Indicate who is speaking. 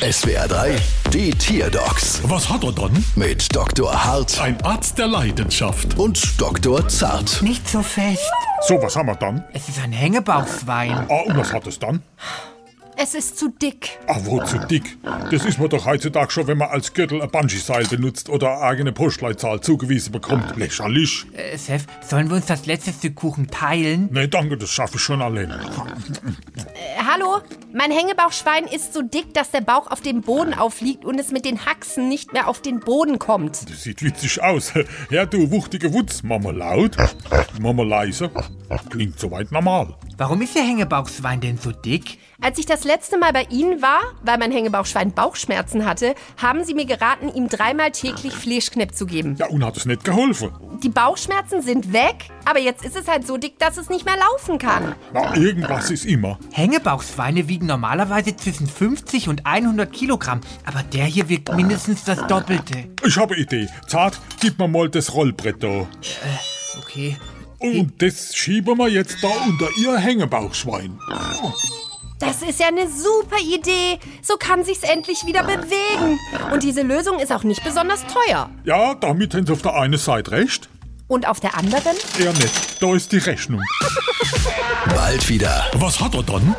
Speaker 1: SWR 3, die Tierdocs
Speaker 2: Was hat er dann?
Speaker 1: mit Dr. Hart
Speaker 2: Ein Arzt der Leidenschaft.
Speaker 1: und Dr. Zart.
Speaker 3: Nicht so fest.
Speaker 2: So, was haben wir dann?
Speaker 3: Es ist ein Hängebauchswein.
Speaker 2: Ah, und was hat es dann?
Speaker 4: Es ist zu dick.
Speaker 2: Ah, wo zu dick. Das ist man doch heutzutage schon, wenn man als Gürtel ein Bungee-Seil benutzt oder eine eigene Postleitzahl zugewiesen bekommt. Lächerlich.
Speaker 3: Äh, Chef, sollen wir uns das letzte Stück Kuchen teilen?
Speaker 2: Nee, danke, das schaffe ich schon alleine.
Speaker 4: Äh, hallo? Mein Hängebauchschwein ist so dick, dass der Bauch auf dem Boden aufliegt und es mit den Haxen nicht mehr auf den Boden kommt.
Speaker 2: Das sieht witzig aus. Ja, du wuchtige Wutz. Mama laut, Mama leise. Klingt soweit normal.
Speaker 3: Warum ist der Hängebauchswein denn so dick?
Speaker 4: Als ich das letzte Mal bei Ihnen war, weil mein Hängebauchschwein Bauchschmerzen hatte, haben Sie mir geraten, ihm dreimal täglich Fleischknepp zu geben.
Speaker 2: Ja, und hat es nicht geholfen.
Speaker 4: Die Bauchschmerzen sind weg, aber jetzt ist es halt so dick, dass es nicht mehr laufen kann.
Speaker 2: Na, irgendwas ist immer.
Speaker 3: Hängebauchsweine wiegen normalerweise zwischen 50 und 100 Kilogramm, aber der hier wiegt mindestens das Doppelte.
Speaker 2: Ich habe eine Idee. Zart, gib mir mal das Rollbrett da.
Speaker 3: Okay.
Speaker 2: Und das schieben wir jetzt da unter ihr Hängebauchschwein.
Speaker 4: Das ist ja eine super Idee. So kann sich's endlich wieder bewegen. Und diese Lösung ist auch nicht besonders teuer.
Speaker 2: Ja, damit haben sie auf der einen Seite recht.
Speaker 4: Und auf der anderen?
Speaker 2: Er nicht. Da ist die Rechnung.
Speaker 1: Bald wieder.
Speaker 2: Was hat er dann?